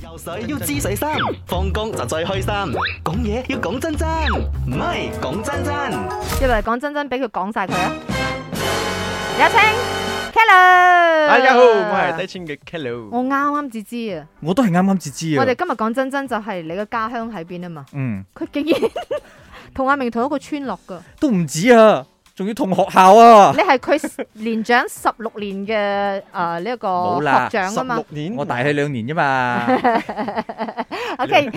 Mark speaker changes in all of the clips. Speaker 1: 游水要知水深，放工就最開心。講嘢要講真真，唔係講真真。
Speaker 2: 一嚟講真真，俾佢講晒佢啊！有請 Kelly，
Speaker 3: 大家好，我係低千嘅 Kello。
Speaker 2: 我啱啱至知啊！
Speaker 4: 我都係啱啱至知
Speaker 2: 我哋
Speaker 4: 啊。
Speaker 2: 今日講真真就係你嘅家鄉喺邊啊嘛，
Speaker 4: 嗯，
Speaker 2: 佢竟然 同阿明同一個村落噶，
Speaker 4: 都唔止啊，仲要同學校啊
Speaker 2: 你。係佢年長十六年嘅誒呢一個
Speaker 4: 冇
Speaker 2: 學
Speaker 4: 啦
Speaker 2: 長啊嘛。
Speaker 3: 年
Speaker 4: 我大佢兩年啫嘛。
Speaker 2: O K，因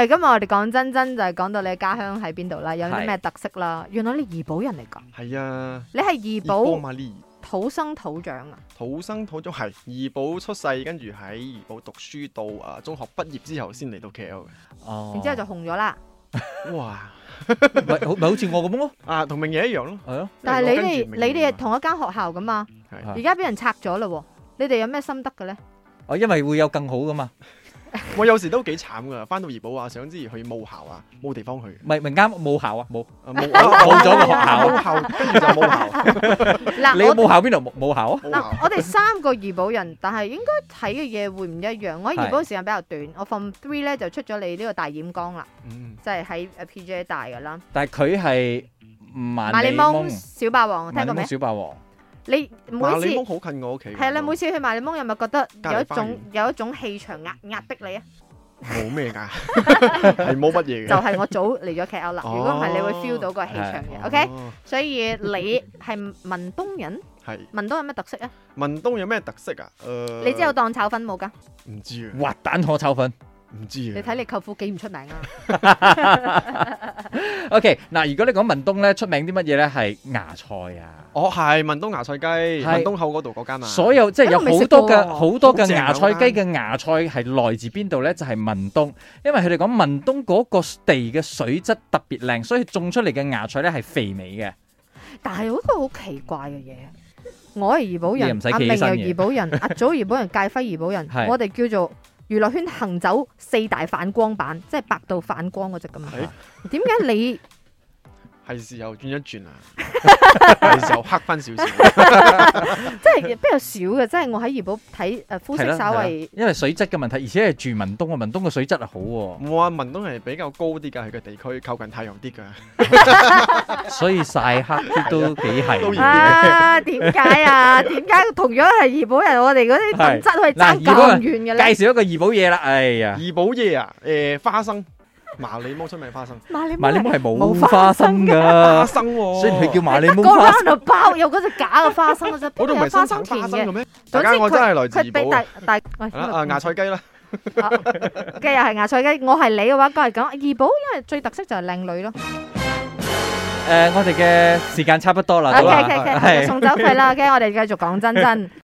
Speaker 2: 為今日我哋講真真就係講到你嘅家鄉喺邊度啦，有啲
Speaker 4: 係
Speaker 2: 咩特色啦。原來你怡保人嚟㗎，
Speaker 3: 係啊，
Speaker 2: 你係怡
Speaker 3: 怡保
Speaker 2: 保
Speaker 3: 瑪麗，
Speaker 2: 土生土長啊。
Speaker 3: 土生土長係怡保出世，跟住喺怡保讀書到啊中學畢業之後先嚟到 KL
Speaker 4: 哦
Speaker 2: 然之後就紅咗啦。
Speaker 3: 嘅。哇！
Speaker 4: 就咪好咪好似我咁咯，
Speaker 3: 啊，同明爺一樣咯。
Speaker 4: 係咯。
Speaker 2: 但係你哋
Speaker 3: 跟住明爺
Speaker 2: 你哋係同一間學校噶嘛？
Speaker 3: 係
Speaker 2: 而家俾人拆咗啦喎，你哋有咩心得嘅咧？
Speaker 4: 哦，因為會有更好噶嘛，
Speaker 3: 我有時都幾慘㗎，翻到怡保啊，想之前去母校啊，冇地方去，
Speaker 4: 咪咪啱冇校啊冇。
Speaker 3: 啊 冇
Speaker 4: 冇咗個學校
Speaker 3: 冇校跟住就冇校，
Speaker 4: 你
Speaker 2: 嗱，我
Speaker 4: 冇校邊度冇冇校啊？
Speaker 3: 冇
Speaker 2: 嗱
Speaker 3: 校，
Speaker 2: 我哋三個怡保人，但係應該睇嘅嘢會唔一樣。我喺怡保嘅時間比較短，我 from three 咧就出咗你呢個大染缸啦，
Speaker 3: 嗯，
Speaker 2: 即係喺 PJ 大嘅啦。
Speaker 4: 但係佢係萬
Speaker 2: 馬里
Speaker 4: 里
Speaker 2: 蒙
Speaker 4: 蒙
Speaker 2: 小霸王，聽
Speaker 4: 萬里
Speaker 2: 過
Speaker 4: 蒙
Speaker 2: 未？
Speaker 4: 小霸王。
Speaker 2: 你每
Speaker 3: 馬
Speaker 2: 次
Speaker 3: 里蒙好近我屋企㗎。
Speaker 2: 係啦，每次去馬里蒙有咪覺得有一
Speaker 3: 隔離花園
Speaker 2: 種有一種氣場壓壓迫你啊？
Speaker 3: 冇咩 㗎，係冇乜嘢
Speaker 2: 就
Speaker 3: 嘅。
Speaker 2: 係我早嚟咗 KL 啦，如果唔係你會 feel 到個氣場嘅。OK，
Speaker 3: 哦
Speaker 2: 所以你係文東人。
Speaker 3: 係
Speaker 2: 文東有咩特色啊？
Speaker 3: 文東有咩特色啊？誒，
Speaker 2: 你知有當炒粉冇噶？
Speaker 3: 唔知啊？
Speaker 4: 滑蛋河炒粉。
Speaker 3: 唔知啊？
Speaker 2: 你睇你舅父幾唔出名啊！
Speaker 4: OK，嗱，如果你講文東咧，出名啲乜嘢咧係芽菜啊，
Speaker 3: 哦，係文東芽菜雞，
Speaker 4: 係
Speaker 3: 文東口嗰度嗰間啊。
Speaker 4: 所有即係有
Speaker 2: 咁我未食
Speaker 4: 好
Speaker 2: 過
Speaker 4: 多
Speaker 2: 喎
Speaker 4: 嘅好多
Speaker 3: 好
Speaker 4: 嘅
Speaker 3: 正啊
Speaker 4: 芽菜
Speaker 3: 嗰
Speaker 4: 雞嘅芽菜係來自邊度咧？就係文東，因為佢哋講文東嗰個地嘅水質特別靚，所以種出嚟嘅芽菜咧係肥美嘅。
Speaker 2: 但係有一個好奇怪嘅嘢，我係怡保
Speaker 4: 你又
Speaker 2: 人
Speaker 4: 唔使，
Speaker 2: 阿
Speaker 4: 企
Speaker 2: 明
Speaker 4: 起身
Speaker 2: 又
Speaker 4: 嘅
Speaker 2: 怡保 人，阿祖怡保人，介輝怡保人，
Speaker 4: 係
Speaker 2: 我哋叫做娛樂圈行走四大反光板，即係百度反光嗰只咁嘛
Speaker 3: 係。
Speaker 2: 點解你
Speaker 3: 係時候轉一轉啦， 係時候黑翻少少。
Speaker 2: 即係比較少嘅？即係我喺怡保睇誒膚
Speaker 4: 係啦
Speaker 2: 色稍
Speaker 4: 係啦
Speaker 2: 為
Speaker 4: 因為水質嘅問題，而且係住文東啊，文東嘅水質係好喎，
Speaker 3: 我啊，文東係比較高啲㗎，佢個地區靠近太陽啲㗎。
Speaker 4: 所以曬黑啲都幾
Speaker 3: 都
Speaker 4: 係
Speaker 3: 熱。
Speaker 2: 啊？點解 啊？點解同樣係怡保人，我哋嗰啲品
Speaker 4: 係
Speaker 2: 質係爭
Speaker 4: 嗱怡保
Speaker 2: 咁
Speaker 4: 人
Speaker 2: 遠嘅
Speaker 4: 介
Speaker 2: 咧？
Speaker 4: 紹一個怡保嘢啦，哎呀，
Speaker 3: 怡保夜啊，誒花生，麻里芒出名花生，
Speaker 2: 馬里
Speaker 4: 麻里
Speaker 2: 蒙
Speaker 4: 蒙係
Speaker 2: 冇
Speaker 4: 冇
Speaker 2: 花
Speaker 4: 花
Speaker 2: 生
Speaker 4: 生
Speaker 3: 花
Speaker 4: 㗎，
Speaker 3: 生喎。
Speaker 4: 雖然佢叫麻里
Speaker 2: 個
Speaker 4: 蒙花生
Speaker 2: round 度包有嗰只假嘅花生嘅啫，
Speaker 3: 嗰度
Speaker 2: 邊有
Speaker 3: 唔係
Speaker 2: 花
Speaker 3: 生
Speaker 2: 生
Speaker 3: 產
Speaker 2: 田
Speaker 3: 花生
Speaker 2: 嘅
Speaker 3: 嘅。咩？
Speaker 2: 總
Speaker 3: 大
Speaker 2: 之
Speaker 3: 家我真係來自怡
Speaker 2: 佢
Speaker 3: 保
Speaker 2: 俾大嗯大，喂
Speaker 3: 啊啊！芽菜雞啦，
Speaker 2: 嘅又係芽菜雞，我係你嘅話，梗係講怡保，因為最特色就係靚女咯。
Speaker 4: 誒，我哋嘅時間差不多啦，
Speaker 2: OK
Speaker 4: 好啦
Speaker 3: 啊
Speaker 2: OK OK，送走佢啦。OK，我哋繼續講真真。